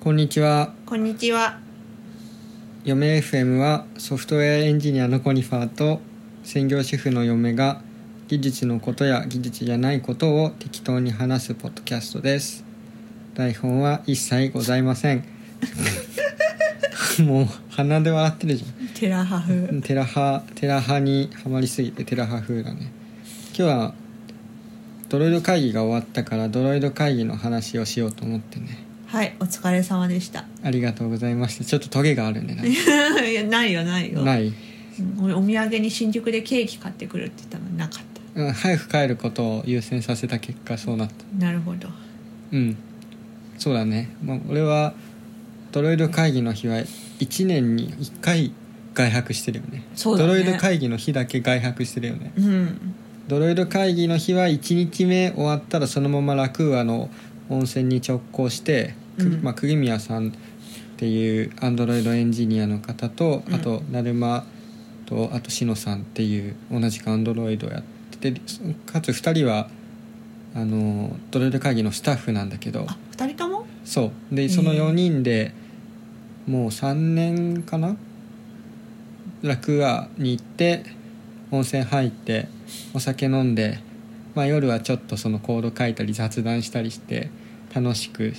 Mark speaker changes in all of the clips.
Speaker 1: こんにちは。
Speaker 2: こんにちは。
Speaker 1: 嫁 FM はソフトウェアエンジニアのコニファーと専業主婦の嫁が技術のことや技術じゃないことを適当に話すポッドキャストです。台本は一切ございません。もう鼻で笑ってるじ
Speaker 2: テラハ
Speaker 1: ゃん。
Speaker 2: フ。
Speaker 1: テラハ、テラハにはまりすぎてテラハ風だね。今日はドロイド会議が終わったからドロイド会議の話をしようと思ってね。
Speaker 2: はい、お疲れ様でした。
Speaker 1: ありがとうございました。ちょっとトゲがあるんでな。
Speaker 2: いやないよないよ。
Speaker 1: ない。
Speaker 2: うんおお土産に新宿でケーキ買ってくるって言ったのになかっ
Speaker 1: うん、早く帰ることを優先させた結果そうなった
Speaker 2: た。なるほど。
Speaker 1: うんそうだね、まあ、俺はドロイド会議の日は1年に1回外泊してるよね
Speaker 2: そうだね
Speaker 1: ドロイド会議の日だけ外泊してるよね
Speaker 2: うん。
Speaker 1: ドロイド会議の日は1日目終わったらそのままラクーアの温泉に直行して、く
Speaker 2: うん
Speaker 1: まあ、釘宮さんっていうアンドロイドエンジニアの方と
Speaker 2: うん
Speaker 1: あとだるまとあとしのさんっていう同じくアンドロイドやっててかつ2人はあのドロイド会議のスタッフなんだけど
Speaker 2: あ、二人とも？
Speaker 1: そうでその
Speaker 2: へえ
Speaker 1: 4人でもう3年かな楽屋に行って温泉入ってお酒飲んで、まあ、夜はちょっとそのコード書いたり雑談したりして楽しく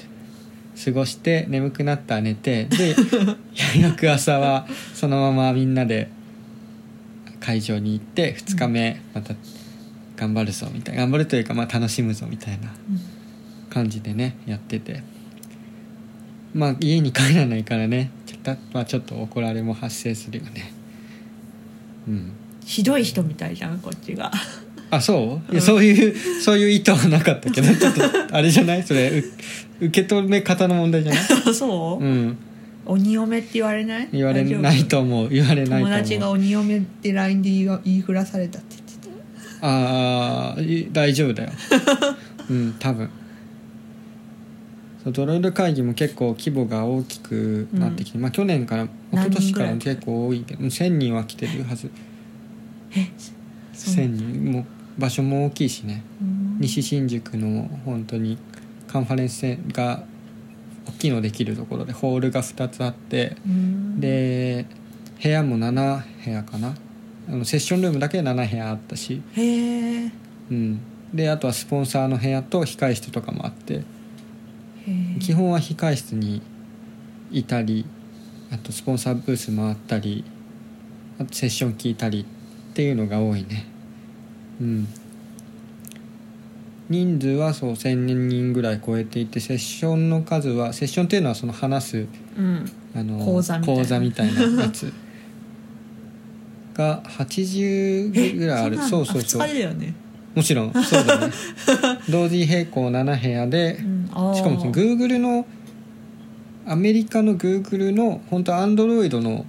Speaker 1: 過ごして眠くなったら寝てで翌朝はそのままみんなで会場に行って2日目また頑張るぞみたいな頑張るというかまあ楽しむぞみたいな感じでねやっててまあ家に帰らないからねちょっと,、まあ、ちょっと怒られも発生するよねうん
Speaker 2: ひどい人みたいじゃんこっちが。
Speaker 1: あそう、いやそういうそういう意図はなかったけどちょっとあれじゃないそれう受け止め方の問題じゃない
Speaker 2: そう
Speaker 1: う？ん
Speaker 2: 鬼嫁って言われない？
Speaker 1: 言われないと思う言われ
Speaker 2: 大
Speaker 1: ないと思う
Speaker 2: 丈夫。友達が鬼嫁ってラインで言いわ言いふらされたって言ってた。
Speaker 1: ああ大丈夫 だようん多分そうドロイド会議も結構規模が大きくなってきて、まあ去年から一
Speaker 2: 何
Speaker 1: 昨
Speaker 2: 人
Speaker 1: 年
Speaker 2: ぐ
Speaker 1: からら
Speaker 2: い
Speaker 1: 結構多いけど1000人は来てるはず
Speaker 2: え、そう
Speaker 1: 1000人もう場所も大きいしね
Speaker 2: うん
Speaker 1: 西新宿の本当にカンファレンスが大きいのできるところでホールが2つあって
Speaker 2: うん
Speaker 1: で部屋も7部屋かなあのセッションルームだけで7部屋あったし
Speaker 2: へえ。
Speaker 1: うん、であとはスポンサーの部屋と控室とかもあって
Speaker 2: へー
Speaker 1: 基本は控室にいたりあとスポンサーブース回ったりあとセッション聞いたりっていうのが多いねうん人数はそう1,000人ぐらい超えていてセッションの数はセッションっていうのはその話す
Speaker 2: うん。
Speaker 1: あの
Speaker 2: 講座みたいな
Speaker 1: みたいなやつが80ぐら いある
Speaker 2: え
Speaker 1: そうそうそう
Speaker 2: 疲れだよね。
Speaker 1: もちろんそうだね同時並行7部屋で
Speaker 2: うんあー
Speaker 1: しかもその Google のアメリカの Google の本当 Android の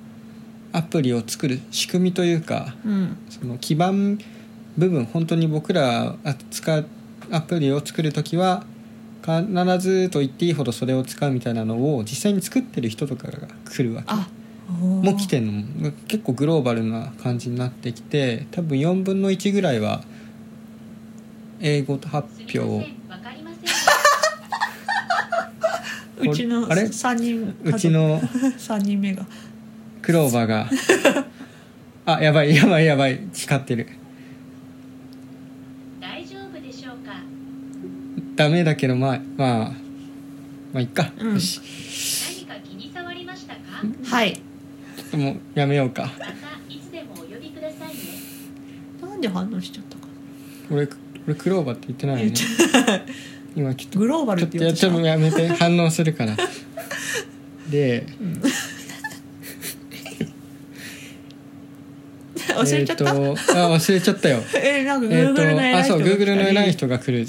Speaker 1: アプリを作る仕組みというか
Speaker 2: うん。
Speaker 1: その基盤部分本当に僕らが使うアプリを作る時は必ずと言っていいほどそれを使うみたいなのを実際に作ってる人とかが来るわけ
Speaker 2: あ、
Speaker 1: も
Speaker 2: も
Speaker 1: う来てんの結構グローバルな感じになってきて多分4分の1ぐらいは英語発表を
Speaker 2: うちの
Speaker 1: あれ
Speaker 2: 三人
Speaker 1: うちの
Speaker 2: 三人目が
Speaker 1: クローバーがあやばいやばいやばい光ってる
Speaker 3: 大丈夫でしょうか
Speaker 1: ダメだけどまあまあまあいっか、
Speaker 2: うん
Speaker 1: よし
Speaker 3: 何か気に障りましたか
Speaker 2: はい
Speaker 1: もうやめようか
Speaker 3: またいつでもお呼びくださいね
Speaker 2: なんで反応しちゃったか
Speaker 1: 俺俺クローバーって言ってないよね今ちょっと
Speaker 2: グローバル
Speaker 1: ち
Speaker 2: っ
Speaker 1: ょってと
Speaker 2: 言お
Speaker 1: や
Speaker 2: うとし
Speaker 1: ち
Speaker 2: た
Speaker 1: ょっとやめて反応するからで
Speaker 2: 忘れちゃった、
Speaker 1: えーと
Speaker 2: え
Speaker 1: あ忘れちゃったよ
Speaker 2: なんか Google
Speaker 1: えっと
Speaker 2: の偉い人が来たり、
Speaker 1: あそう Google の偉い人が来るぐらい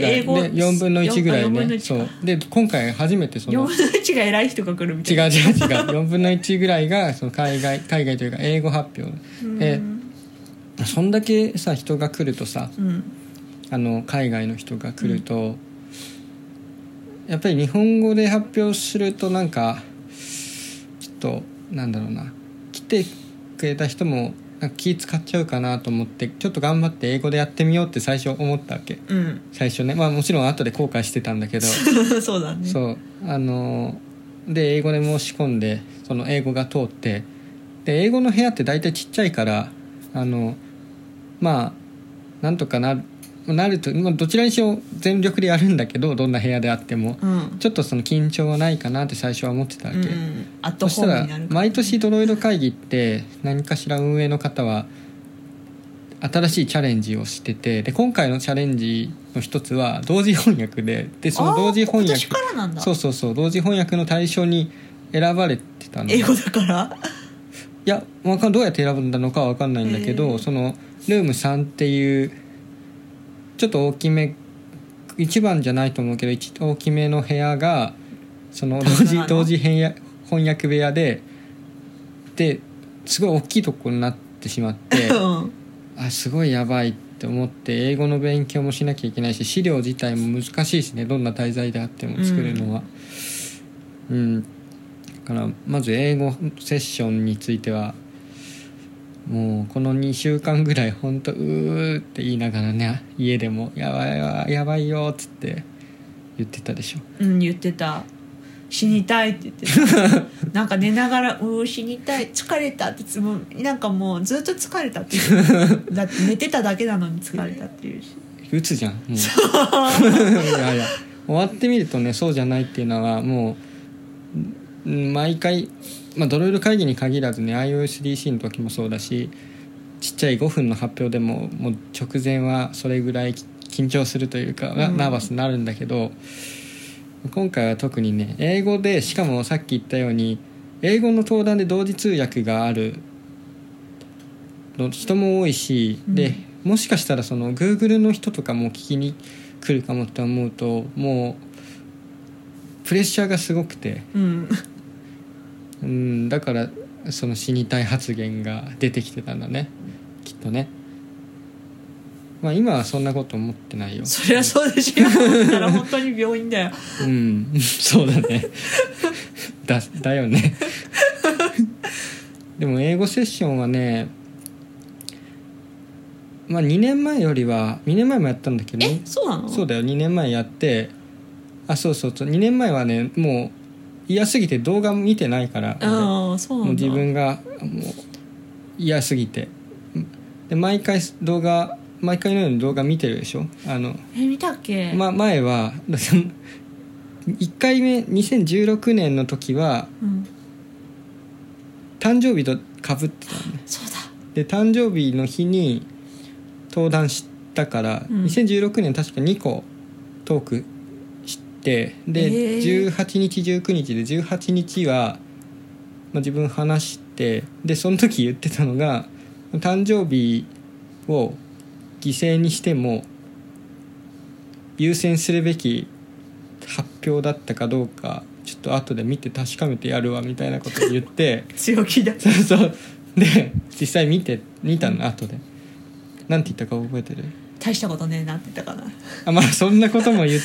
Speaker 2: で英語
Speaker 1: 4分の1ぐらい
Speaker 2: 四分の
Speaker 1: ね
Speaker 2: 一か
Speaker 1: そうで今回初めてそ
Speaker 2: 4
Speaker 1: の
Speaker 2: 分の1が偉い人が来るみた
Speaker 1: 違う
Speaker 2: いな
Speaker 1: 違う違う4分の1ぐらいがその海 外海外というか英語発表で
Speaker 2: うん
Speaker 1: そんだけさ人が来るとさ
Speaker 2: うん
Speaker 1: あの海外の人が来ると、やっぱり日本語で発表するとなんかちょっとなんだろうな来てくれた人もなんか気使っちゃうかなと思ってちょっと頑張って英語でやってみようって最初思ったわけ
Speaker 2: うん
Speaker 1: 最初ねまあもちろん後で後悔してたんだけど
Speaker 2: そうだね
Speaker 1: そうあので英語で申し込んでその英語が通ってで英語の部屋って大体ちっちゃいからあのまあなんとかなるなると、まあ、どちらにしろ全力でやるんだけどどんな部屋であっても
Speaker 2: うん
Speaker 1: ちょっとその緊張はないかなって最初は思ってたわ
Speaker 2: う
Speaker 1: け、
Speaker 2: んアット
Speaker 1: そし
Speaker 2: ホ
Speaker 1: たら
Speaker 2: ームになるから
Speaker 1: 毎年ドロイド会議って何かしら運営の方は新しいチャレンジをしててで今回のチャレンジの一つは同時翻訳ででその同時翻
Speaker 2: あー
Speaker 1: 訳
Speaker 2: 今年からなんだ
Speaker 1: そうそうそう同時翻訳の対象に選ばれてたの
Speaker 2: 英語だから
Speaker 1: いやわかんどうやって選ぶんだのかは分かんないんだけど、
Speaker 2: へー
Speaker 1: そのルーム3っていうちょっと大きめ一番じゃないと思うけど一大きめの部屋がそ の同
Speaker 2: そうな
Speaker 1: 時
Speaker 2: の
Speaker 1: 同時翻訳翻訳部屋でですごい大きいとこになってしまっ て
Speaker 2: うん
Speaker 1: あすごいやばいって思って英語の勉強もしなきゃいけないし資料自体も難しいしねどんな題材であっても作るのは。うん、だからまず英語セッションについてはもうこの2週間ぐらいほんとうーって言いながらね家でも「やばいわやばいよ」っつって言ってたでしょ。
Speaker 2: うん言ってた死にたいって言ってた なんか寝ながら「うー死にたい疲れた」ってつもなんかもうずっと疲れたっていう だって寝てただけなのに疲れたっていうし
Speaker 1: 打つじゃんもう いやいや終わってみるとねそうじゃないっていうのはもうん毎回、まあ、ドロイド会議に限らずね iOSDC の時もそうだしちっちゃい5分の発表でももう直前はそれぐらい緊張するというか、な
Speaker 2: うん
Speaker 1: ナーバスになるんだけど今回は特にね英語でしかもさっき言ったように英語の登壇で同時通訳があるの人も多いし、
Speaker 2: うん
Speaker 1: でもしかしたらその Google の人とかも聞きに来るかもって思うともうプレッシャーがすごくて、
Speaker 2: うん
Speaker 1: うん、だからその死にたい発言が出てきてたんだねきっとね。まあ今はそんなこと思ってない よ。
Speaker 2: そりゃそうでしょだから本当に病 院だよ
Speaker 1: うん、そうだね。だ、だよね。でも英語セッションはね、まあ2年前よりは、2年前もやったんだけど、
Speaker 2: えそうなの
Speaker 1: そうだよ、2年前やって、あ、そうそうそう、2年前はね、もう嫌すぎて動画見てないから、
Speaker 2: ああそうな
Speaker 1: もうん
Speaker 2: だ
Speaker 1: 自分がもう嫌すぎて。で、毎回動画、毎回のように動画見てるでしょあの、
Speaker 2: え見たっけ、
Speaker 1: ま、前は1 回目2016年の時は
Speaker 2: うん、
Speaker 1: 誕生日とかぶってたのね
Speaker 2: そうだ
Speaker 1: で誕生日の日に登壇したから、
Speaker 2: うん
Speaker 1: 2016年確か2個トークしてで、
Speaker 2: へー
Speaker 1: 18日19日で18日は、まあ、自分話してでその時言ってたのが誕生日を犠牲にしても優先するべき発表だったかどうかちょっと後で見て確かめてやるわみたいなことを言って。
Speaker 2: 強気だ
Speaker 1: そうそうで実際見て見たの後でなんて言ったか覚えてる
Speaker 2: 大したことねえなって言ったかな
Speaker 1: あまあそんなことも言 う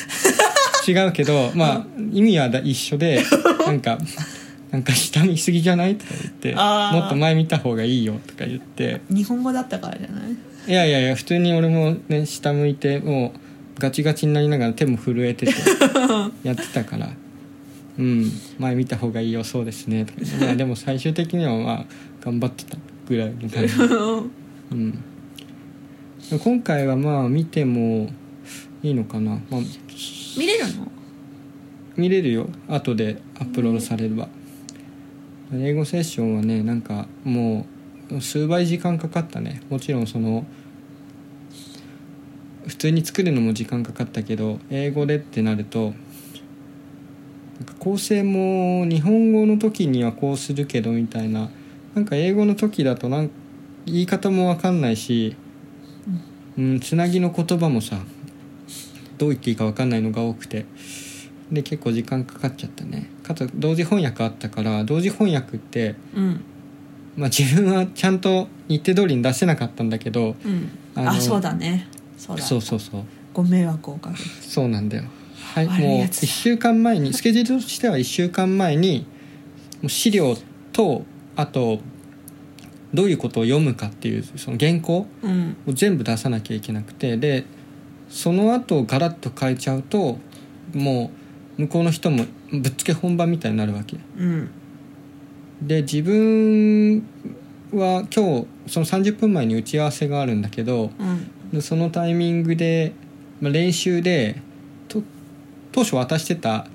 Speaker 1: 違うけどまあ意味はだ一緒でなん か「なんか下見すぎじゃない?」とか言って「
Speaker 2: あー
Speaker 1: もっと前見た方がいいよ」とか言って
Speaker 2: 日本語だったからじゃない
Speaker 1: いやいやいや普通に俺もね下向いてもうガチガチになりながら手も震えててやってたから「うん前見た方がいいよそうですね」とか言ってまあでも最終的にはまあ頑張ってたぐらいの感じうん、今回はまあ見てもいいのかな、まあ、
Speaker 2: 見れるの
Speaker 1: 見れるよ後でアップロードされれば、英語セッションはねなんかもう数倍時間かかったねもちろんその普通に作るのも時間かかったけど英語でってなるとなんか構成も日本語の時にはこうするけどみたいななんか英語の時だとなん言い方も分かんないし、うん、つなぎの言葉もさどう言っていいか分かんないのが多くてで結構時間かかっちゃったねかつ同時翻訳あったから同時翻訳って、
Speaker 2: うん
Speaker 1: まあ、自分はちゃんと日程通りに出せなかったんだけど
Speaker 2: うん
Speaker 1: あの
Speaker 2: あそうだねそうだ
Speaker 1: そうそうそう
Speaker 2: ご迷惑をかけ
Speaker 1: そうなんだよはい
Speaker 2: 悪い
Speaker 1: もう
Speaker 2: やつ
Speaker 1: 1
Speaker 2: だ
Speaker 1: 週間前にスケジュールとしては1週間前にもう資料とあとどういうことを読むかっていうその原稿
Speaker 2: うん
Speaker 1: を全部出さなきゃいけなくてでその後ガラッと変えちゃうともう向こうの人もぶっつけ本番みたいになるわけ
Speaker 2: うん
Speaker 1: で自分は今日その30分前に打ち合わせがあるんだけど
Speaker 2: うん
Speaker 1: でそのタイミングで、まあ、練習でと当初渡してた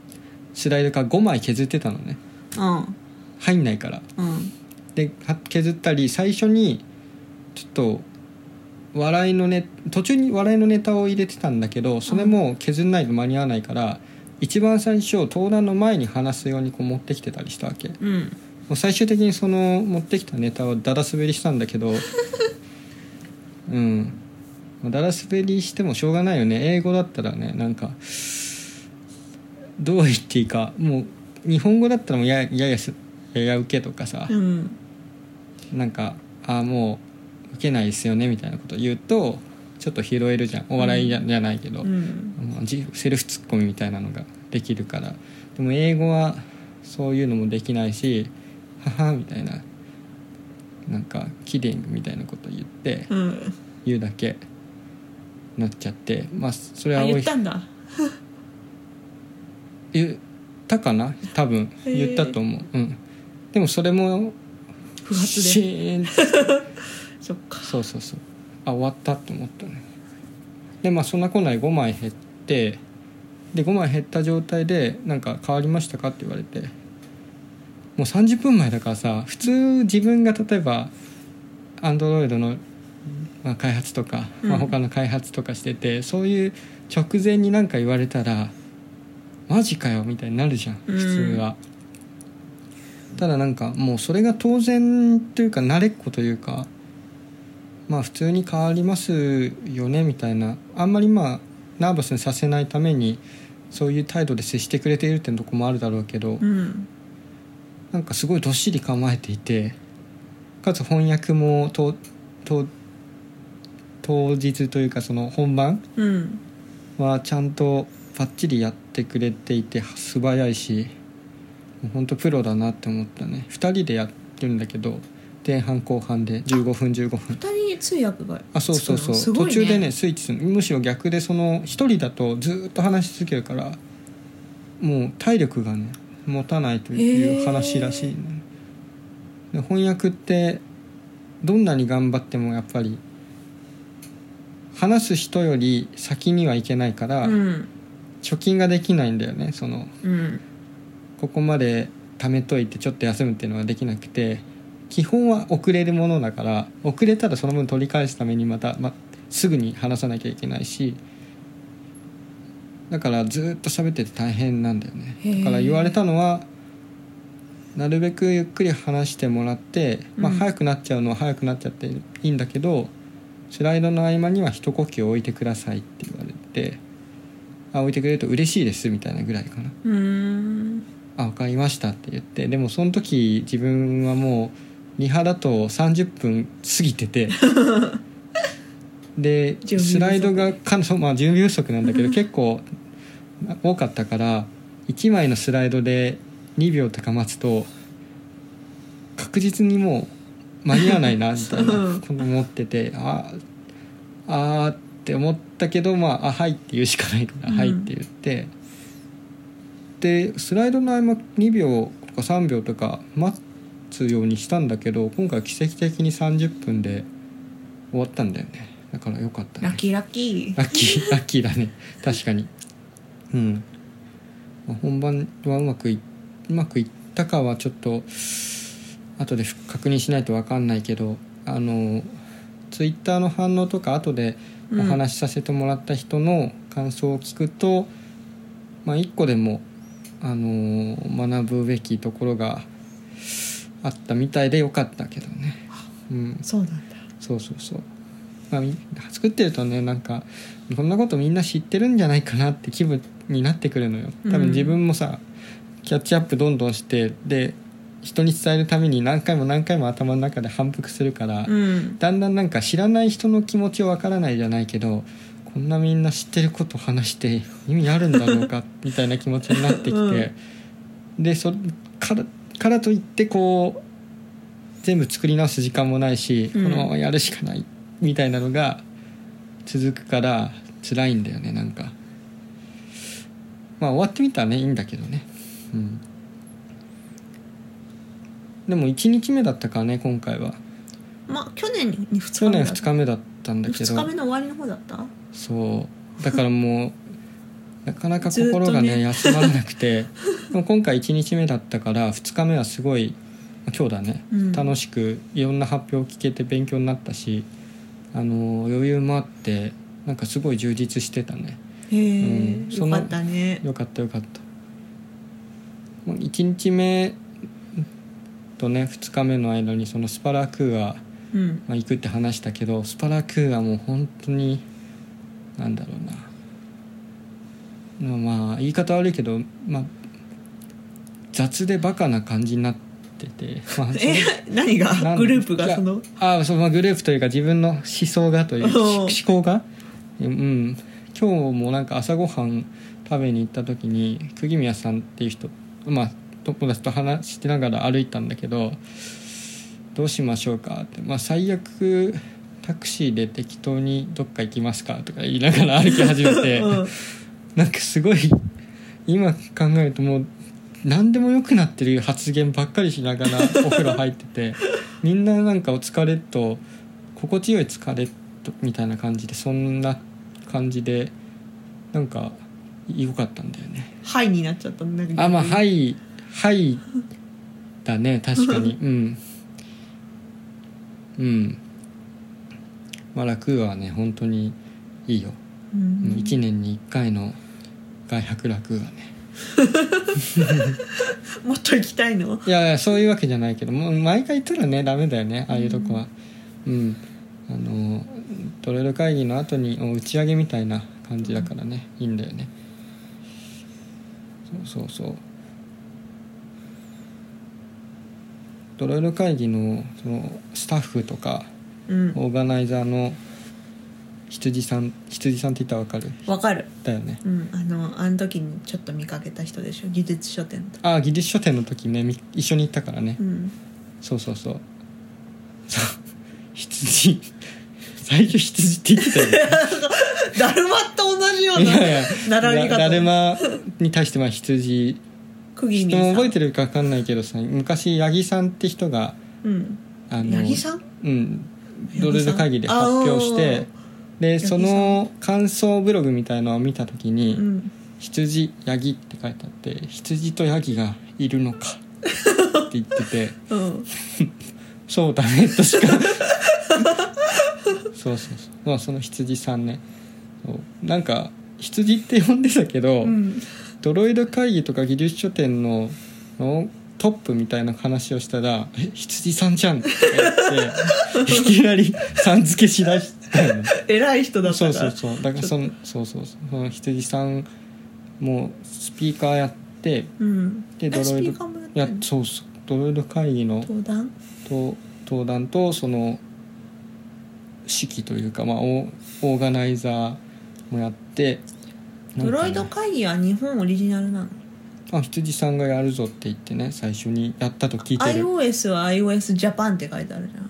Speaker 1: スライドから5枚削ってたのね
Speaker 2: うん
Speaker 1: 入んないから
Speaker 2: うん
Speaker 1: では削ったり最初にちょっと笑いのネ途中に笑いのネタを入れてたんだけどそれも削んないと間に合わないから一番最初登壇の前に話すようにこう持ってきてたりしたわけも
Speaker 2: うん
Speaker 1: う最終的にその持ってきたネタをだだ滑りしたんだけどうんまあだだ滑りしてもしょうがないよね英語だったらねなんかどう言っていいかもう日本語だったらもうやややすやや受けとかさ、
Speaker 2: うん
Speaker 1: なんか「ああもう受けないですよね」みたいなこと言うとちょっと拾えるじゃんお笑いじゃ,、じゃないけど、
Speaker 2: うん
Speaker 1: まあじセルフツッコミみたいなのができるからでも英語はそういうのもできないし「はは」みたいななんか「キディング」みたいなこと言って
Speaker 2: うん
Speaker 1: 言うだけなっちゃってまあそれ
Speaker 2: あ
Speaker 1: は
Speaker 2: 言
Speaker 1: お
Speaker 2: っ
Speaker 1: い
Speaker 2: たんだ
Speaker 1: 言ったかな多分
Speaker 2: へー
Speaker 1: 言ったと思う、うん、でもそれも
Speaker 2: 不発
Speaker 1: シ
Speaker 2: で
Speaker 1: ーンって
Speaker 2: そっか
Speaker 1: そうそうそうあ終わったと思ったねでまあそんなこんなで5枚減ってで5枚減った状態で「なんか変わりましたか?」って言われてもう30分前だからさ普通自分が例えばアンドロイドの、まあ、開発とか、まあ、
Speaker 2: うん
Speaker 1: 他の開発とかしてて、そういう直前になんか言われたら「マジかよ」みたいになるじゃん普通は。ただなんかもうそれが当然というか慣れっこというかまあ普通に変わりますよねみたいなあんまりまあナーバスにさせないためにそういう態度で接してくれているってとこもあるだろうけど
Speaker 2: うん
Speaker 1: なんかすごいどっしり構えていてかつ翻訳も当当当日というかその本番
Speaker 2: うん
Speaker 1: はちゃんとバッチリやってくれていて素早いしもうほんとプロだなって思ったね2人でやってるんだけど前半後半で15分15分
Speaker 2: 二人通訳が
Speaker 1: あそうそうそう、
Speaker 2: つくのすごい
Speaker 1: 途中でねスイッチするむしろ逆でその一人だとずっと話し続けるからもう体力がね持たないとい
Speaker 2: へ
Speaker 1: う
Speaker 2: ー
Speaker 1: 話らしいね、で翻訳ってどんなに頑張ってもやっぱり話す人より先にはいけないから、
Speaker 2: うん
Speaker 1: 貯金ができないんだよねその
Speaker 2: うん
Speaker 1: ここまで貯めといてちょっと休むっていうのはできなくて基本は遅れるものだから遅れたらその分取り返すためにまた、ま、すぐに話さなきゃいけないしだからずっと喋ってて大変なんだよね
Speaker 2: へー
Speaker 1: だから言われたのはなるべくゆっくり話してもらって、まあ、
Speaker 2: うん
Speaker 1: 早くなっちゃうのは早くなっちゃっていいんだけど、スライドの合間には一呼吸置いてくださいって言われてあ置いてくれると嬉しいですみたいなぐらいかな。
Speaker 2: うーん
Speaker 1: あ分かりましたって言ってでもその時自分はもうリハだと30分過ぎてて で
Speaker 2: 準備不足
Speaker 1: スライドがかなそう、まあ、準備不足なんだ けど結構多かったから1枚のスライドで2秒とか待つと確実にもう間に合わないなみたい
Speaker 2: う
Speaker 1: なんこと思っててあーあーって思ったけどまあ「あはい」って言うしかないから「
Speaker 2: うん
Speaker 1: はい」って言って。でスライドの合間2秒とか3秒とか待つようにしたんだけど今回は奇跡的に30分で終わったんだよねだからよかったね
Speaker 2: ラッキーラッキー
Speaker 1: ラッキーラッキーだね確かにうんまあ本番はうまくいうまくいったかはちょっと後で確認しないと分かんないけどあのツイッターの反応とか後でお話しさせてもらった人の感想を聞くと、まあ一個でもあの学ぶべきところがあったみたいでよかったけどね。うん、
Speaker 2: そうなんだ
Speaker 1: そうそうそう、まあ、み作ってるとねなんかこんなことみんな知ってるんじゃないかなって気分になってくるのよ多
Speaker 2: うん
Speaker 1: 分自分もさ、キャッチアップどんどんしてで人に伝えるために何回も何回も頭の中で反復するから、
Speaker 2: うん
Speaker 1: だんだんなんか知らない人の気持ちをわからないじゃないけどこんなみんな知ってること話して意味あるんだろうかみたいな気持ちになってきて、でそからからといってこう全部作り直す時間もないし、
Speaker 2: うん
Speaker 1: このままやるしかないみたいなのが続くから辛いんだよねなんか。まあ終わってみたらねいいんだけどねうんでも1日目だったからね今回は
Speaker 2: まあ去年に2日
Speaker 1: 去
Speaker 2: 目
Speaker 1: 年
Speaker 2: だ
Speaker 1: 2日目だったんだけど
Speaker 2: 2日目の終わりの方だった
Speaker 1: そうだからもう なかなか心
Speaker 2: ずっと
Speaker 1: がね
Speaker 2: ね
Speaker 1: 休まらなくてでも今回1日目だったから2日目はすごいまあ今日だね、
Speaker 2: うん
Speaker 1: 楽しくいろんな発表を聞けて勉強になったしあの余裕もあってなんかすごい充実してたね
Speaker 2: へえ、
Speaker 1: うんそ
Speaker 2: よ
Speaker 1: の
Speaker 2: かったね
Speaker 1: よかったよかったもう1日目とね2日目の間にそのスパラクーア
Speaker 2: うん
Speaker 1: まあ、行くって話したけどスパラクーはもう本当になんだろうなまあ言い方悪いけど、まあ、雑でバカな感じになってて、まあ
Speaker 2: え何
Speaker 1: な
Speaker 2: が
Speaker 1: ん
Speaker 2: グループ
Speaker 1: い
Speaker 2: が
Speaker 1: や
Speaker 2: その
Speaker 1: ああそのグループというか自分の思想がという
Speaker 2: おう
Speaker 1: 思考がうん今日もなんか朝ごはん食べに行った時に釘宮さんっていう人まあ友達と話しながら歩いたんだけどどうしましょうかってまあ最悪タクシーで適当にどっか行きますかとか言いながら歩き始めて、
Speaker 2: うん
Speaker 1: なんかすごい今考えるともう何でも良くなってる発言ばっかりしながらお風呂入っててみんななんかお疲れと心地よい疲れとみたいな感じでそんな感じでなんか良かったんだよね。
Speaker 2: ハイになっちゃったんだけど
Speaker 1: あまあはいいはいだね確かにうんうんまあ楽はね本当にいいようん1年に1回の外泊楽がね
Speaker 2: もっと行きたいの
Speaker 1: いやいやそういうわけじゃないけどもう毎回行ったらねダメだよねああいうとこはうん、あのトレード会議の後にお打ち上げみたいな感じだからねいいんだよねそうそうそうトレード会議のそのスタッフとか
Speaker 2: うん
Speaker 1: オーガナイザーの羊さん羊さんって言ったらわかる
Speaker 2: わかる
Speaker 1: だよね
Speaker 2: うんあのあの時にちょっと見かけた人でしょ技術書店と
Speaker 1: ああ技術書店の時ねみ一緒に行ったからね、
Speaker 2: うん
Speaker 1: そうそうそうそう 羊最初羊って言ってたよ ね
Speaker 2: だるまと同じよう
Speaker 1: いやい
Speaker 2: な並び
Speaker 1: や
Speaker 2: 方
Speaker 1: だるまに対してまあ羊
Speaker 2: 釘
Speaker 1: でも
Speaker 2: 宮さ
Speaker 1: 覚え
Speaker 2: ん
Speaker 1: てるか分かんないけどさ昔八木さんって人が
Speaker 2: うん
Speaker 1: あの
Speaker 2: 八木さん
Speaker 1: うん
Speaker 2: 八木さ
Speaker 1: ド
Speaker 2: ん
Speaker 1: ルド会議で発表し
Speaker 2: あ
Speaker 1: てで
Speaker 2: 八木さん
Speaker 1: その感想ブログみたいのを見た時に「
Speaker 2: うん
Speaker 1: 羊ヤギ」って書いてあって「羊とヤギがいるのか」って言ってて。
Speaker 2: うん
Speaker 1: そうだねとしかそうそうそうまあその羊さんねそうなんか羊って呼んでたけど、
Speaker 2: うん
Speaker 1: ドロイド会議とか技術書店ののトップみたいな話をしたら「え羊さんじゃん」って言って いきなりさん付けしだしたよね
Speaker 2: 偉い人だった
Speaker 1: そ
Speaker 2: か
Speaker 1: う
Speaker 2: ら
Speaker 1: そうそうだからそのそうそうそうその羊さんもスピーカーやって
Speaker 2: うん
Speaker 1: で
Speaker 2: え
Speaker 1: ド
Speaker 2: ス
Speaker 1: ロ
Speaker 2: ピ
Speaker 1: イ
Speaker 2: ーカ
Speaker 1: ド
Speaker 2: ーもやって
Speaker 1: や
Speaker 2: んの
Speaker 1: そうそうドロイド会議の
Speaker 2: 登壇
Speaker 1: と登壇とその指揮というか、まあ、オーオーガナイザーもやってなん
Speaker 2: ド
Speaker 1: かね
Speaker 2: ロイド会議は日本オリジナルなの
Speaker 1: あ羊さんがやるぞって言ってね最初にやったと聞いてる
Speaker 2: iOS は iOS ジャパンって書いてあるじゃん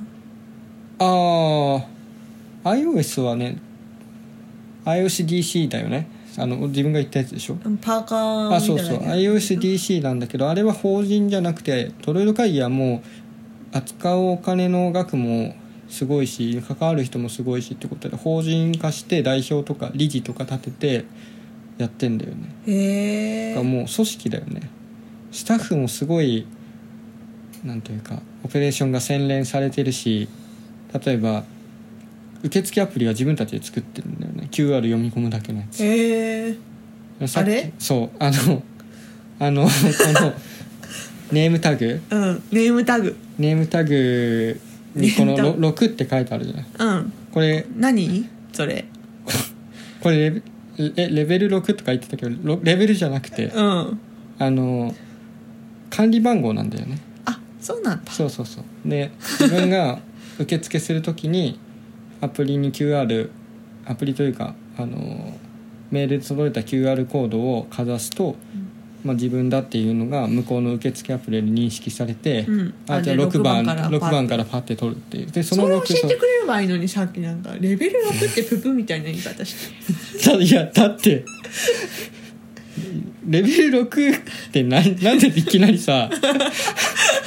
Speaker 1: ああ iOS はね iOSDC だよねあの自分が言ったやつでしょ
Speaker 2: うんパーカ
Speaker 1: あ
Speaker 2: ーみたい
Speaker 1: そう
Speaker 2: な
Speaker 1: そう
Speaker 2: やつ
Speaker 1: iOSDC なんだけどあれは法人じゃなくてトロイド会議はもう扱うお金の額もすごいし関わる人もすごいしってことで法人化して代表とか理事とか立ててやってんだよねだ
Speaker 2: へえ
Speaker 1: からもう組織だよねスタッフもすごいなんというかオペレーションが洗練されてるし例えば受付アプリは自分たちで作ってるんだよね QR 読み込むだけのやつ
Speaker 2: へえ
Speaker 1: さっき
Speaker 2: あれ
Speaker 1: そうあのあのこのネームタグ
Speaker 2: うんネームタグ
Speaker 1: ネームタグにこの
Speaker 2: ネー
Speaker 1: ろ
Speaker 2: ムタグ
Speaker 1: 6って書いてあるじゃない
Speaker 2: うん
Speaker 1: これ
Speaker 2: 何それ
Speaker 1: これレベえレベル6とか言ってたけどろレベルじゃなくて
Speaker 2: うん
Speaker 1: あの管理番号なんだよね
Speaker 2: あそうなんだ
Speaker 1: そうそうそうで自分が受付するときにアプリに QR アプリというかあのメールで届いた QR コードをかざすと、まあ、自分だっていうのが向こうの受付アプリで認識されて、
Speaker 2: うん
Speaker 1: あじゃあ
Speaker 2: あで
Speaker 1: 6番
Speaker 2: 六番から
Speaker 1: 六
Speaker 2: パッ
Speaker 1: 番
Speaker 2: て
Speaker 1: からパッて取るっていうでそ
Speaker 2: そ
Speaker 1: の
Speaker 2: れを
Speaker 1: 6
Speaker 2: 教えてくれればいいのにさっきなんかレベル6ってププみたいな言い方して
Speaker 1: だいやだってレベル6ってななんでいきなりさ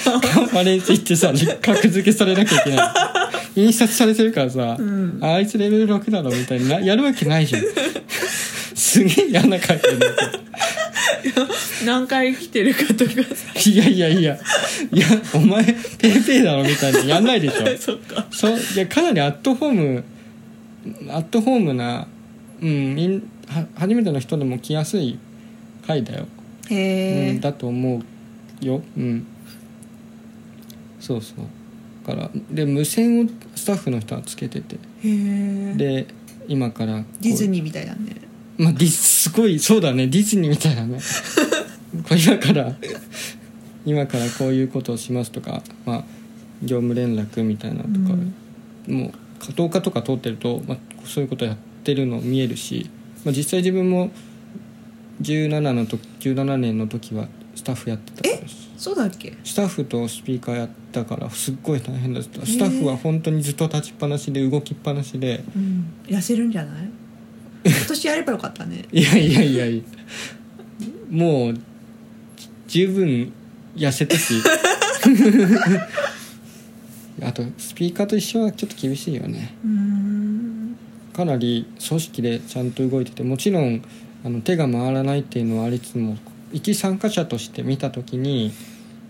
Speaker 1: カンファレンス行ってさ格付けされなきゃいけない印刷されてるからさ、
Speaker 2: ん
Speaker 1: あいつレベル6だろみたいになやるわけないじゃんすげえ嫌な感じになって
Speaker 2: 何回来てるかとかさ
Speaker 1: いやいやいやいやお前ペイペイだろみたいなやんないでしょ
Speaker 2: そっか
Speaker 1: そういやかなりアットホームアットホームな、うん、みんは初めての人でも来やすい回だよ、
Speaker 2: へえ、
Speaker 1: うん、だと思うようんそうそうだからで無線をスタッフの人はつけてて
Speaker 2: へえデ
Speaker 1: で今からこう
Speaker 2: ィズニーみたいだね
Speaker 1: まあ、ディすごいそうだねディズニーみたいなねこう今から今からこういうことをしますとか、まあ、業務連絡みたいなとか、もう10日とか通ってると、まあ、そういうことやってるの見えるし、まあ、実際自分も17の時17年の時はスタッフやってたから
Speaker 2: そうだっけ
Speaker 1: スタッフとスピーカーやったからすっごい大変だったスタッフは本当にずっと立ちっぱなしで動きっぱなしで。
Speaker 2: うん痩せるんじゃない今年やればよかったね
Speaker 1: いやいやいやいやもうじ十分痩せたしあとスピーカーと一緒はちょっと厳しいよね
Speaker 2: うーん
Speaker 1: かなり組織でちゃんと動いててもちろんあの手が回らないっていうのはありつつも一参加者として見た時に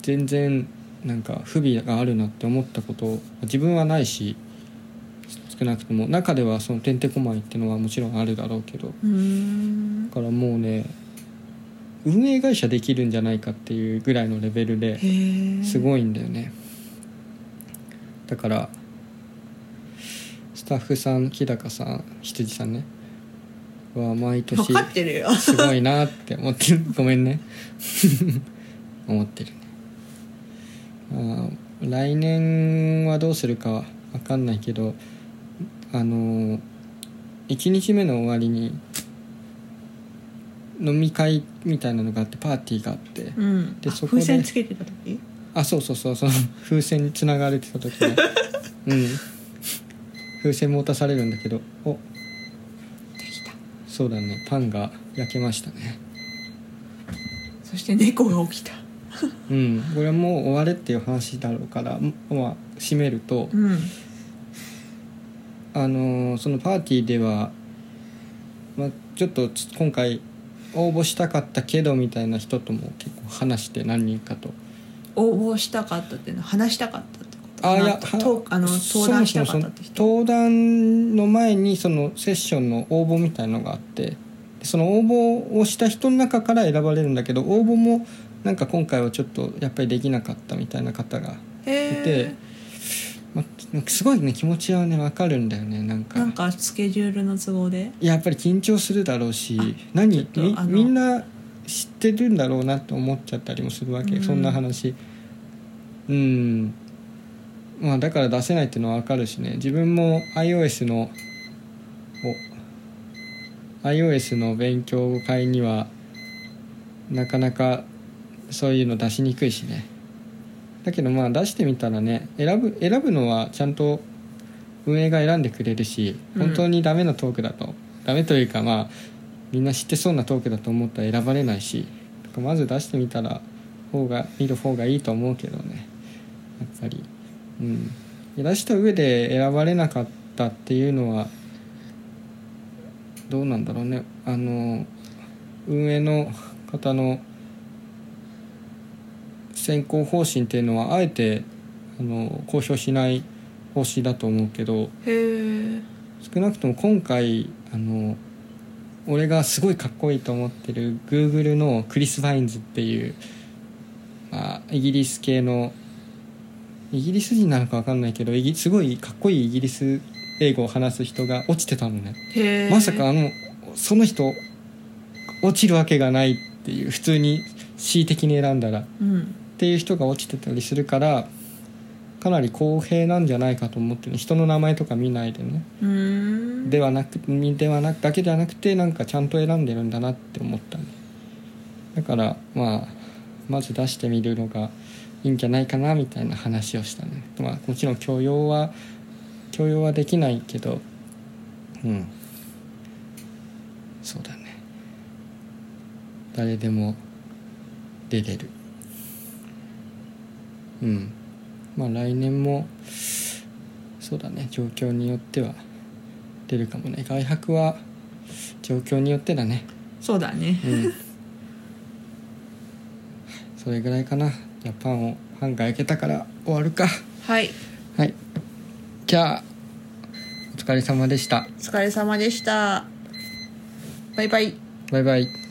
Speaker 1: 全然なんか不備があるなって思ったこと自分はないし少なくとも中ではそのてんてこまいっていうのはもちろんあるだろうけど
Speaker 2: うーん
Speaker 1: だからもうね運営会社できるんじゃないかっていうぐらいのレベルで
Speaker 2: へえ
Speaker 1: す
Speaker 2: い
Speaker 1: ごいんだよねだからスタッフさん日高さん羊さんねは毎年
Speaker 2: 分かってるよ
Speaker 1: すごいなって思ってるごめんね 思ってるねあー来年はどうするかわかんないけどあのー、1日目の終わりに飲み会みたいなのがあってパーティーがあって、
Speaker 2: うん
Speaker 1: で
Speaker 2: あ
Speaker 1: そこで
Speaker 2: 風船つけてた時
Speaker 1: あそうそうそうその風船につながれてた時 ねうん風船も渡されるんだけどお
Speaker 2: できた
Speaker 1: そうだねパンが焼けましたね
Speaker 2: そして猫が起きた
Speaker 1: うん、これはもう終われっていう話だろうから、まあ、締めると、
Speaker 2: うん
Speaker 1: あのーそのパーティーでは、まあ、ちょっとつ今回応募したかったけどみたいな人とも結構話して何人かと
Speaker 2: 応募したかったっていうのは話したかったってこと
Speaker 1: あいや
Speaker 2: なんかとあの
Speaker 1: そ
Speaker 2: 登
Speaker 1: も
Speaker 2: 壇し
Speaker 1: そも
Speaker 2: たか
Speaker 1: そ
Speaker 2: った
Speaker 1: の
Speaker 2: って人
Speaker 1: 登壇の前にそのセッションの応募みたいのがあってでその応募をした人の中から選ばれるんだけど応募もなんか今回はちょっとやっぱりできなかったみたいな方がいて
Speaker 2: へえ、
Speaker 1: ま、すごいね気持ちはね分かるんだよねなんか
Speaker 2: なんかスケジュールの都合で
Speaker 1: やっぱり緊張するだろうし何
Speaker 2: ちょっと
Speaker 1: み
Speaker 2: あの
Speaker 1: みんな知ってるんだろうなと思っちゃったりもするわけ、
Speaker 2: うん
Speaker 1: そんな話うんまあだから出せないっていうのは分かるしね自分も iOS のお iOS の勉強会にはなかなかそういうの出しにくいしねだけどまあ出してみたらね選ぶ選ぶのはちゃんと運営が選んでくれるし
Speaker 2: うん
Speaker 1: 本当にダメなトークだと、ダメというかまあみんな知ってそうなトークだと思ったら選ばれないしだからまず出してみたら方が見る方がいいと思うけどねやっぱりうん出した上で選ばれなかったっていうのはどうなんだろうねあの運営の方の選考方針っていうのはあえてあの公表しない方針だと思うけど
Speaker 2: へえ
Speaker 1: 少なくとも今回あの俺がすごいかっこいいと思ってる Google のクリス・バインズっていう、まあ、イギリス系のイギリス人なのか分かんないけどイギすごいかっこいいイギリス英語を話す人が落ちてたのね。
Speaker 2: へえ
Speaker 1: まさかあのその人落ちるわけがないっていう普通に恣意的に選んだらっ
Speaker 2: うん
Speaker 1: ていう人が落ちてたりするからかなり公平なんじゃないかと思ってる人の名前とか見ないでね
Speaker 2: うーん
Speaker 1: ではなくにではなくだけではなくてなんかちゃんと選んでるんだなって思ったねだからまあまず出してみるのがいいんじゃないかなみたいな話をしたねまあもちろん許容は許容はできないけどうんそうだね誰でも出れるうんまあ来年もそうだね状況によっては出るかもね外泊は状況によってだね
Speaker 2: そうだね
Speaker 1: うん それぐらいかなジャパンを班が開けたから終わるか
Speaker 2: はい
Speaker 1: はいじゃあお疲れ様でした
Speaker 2: お疲れ様でしたバイバイ
Speaker 1: バイバイ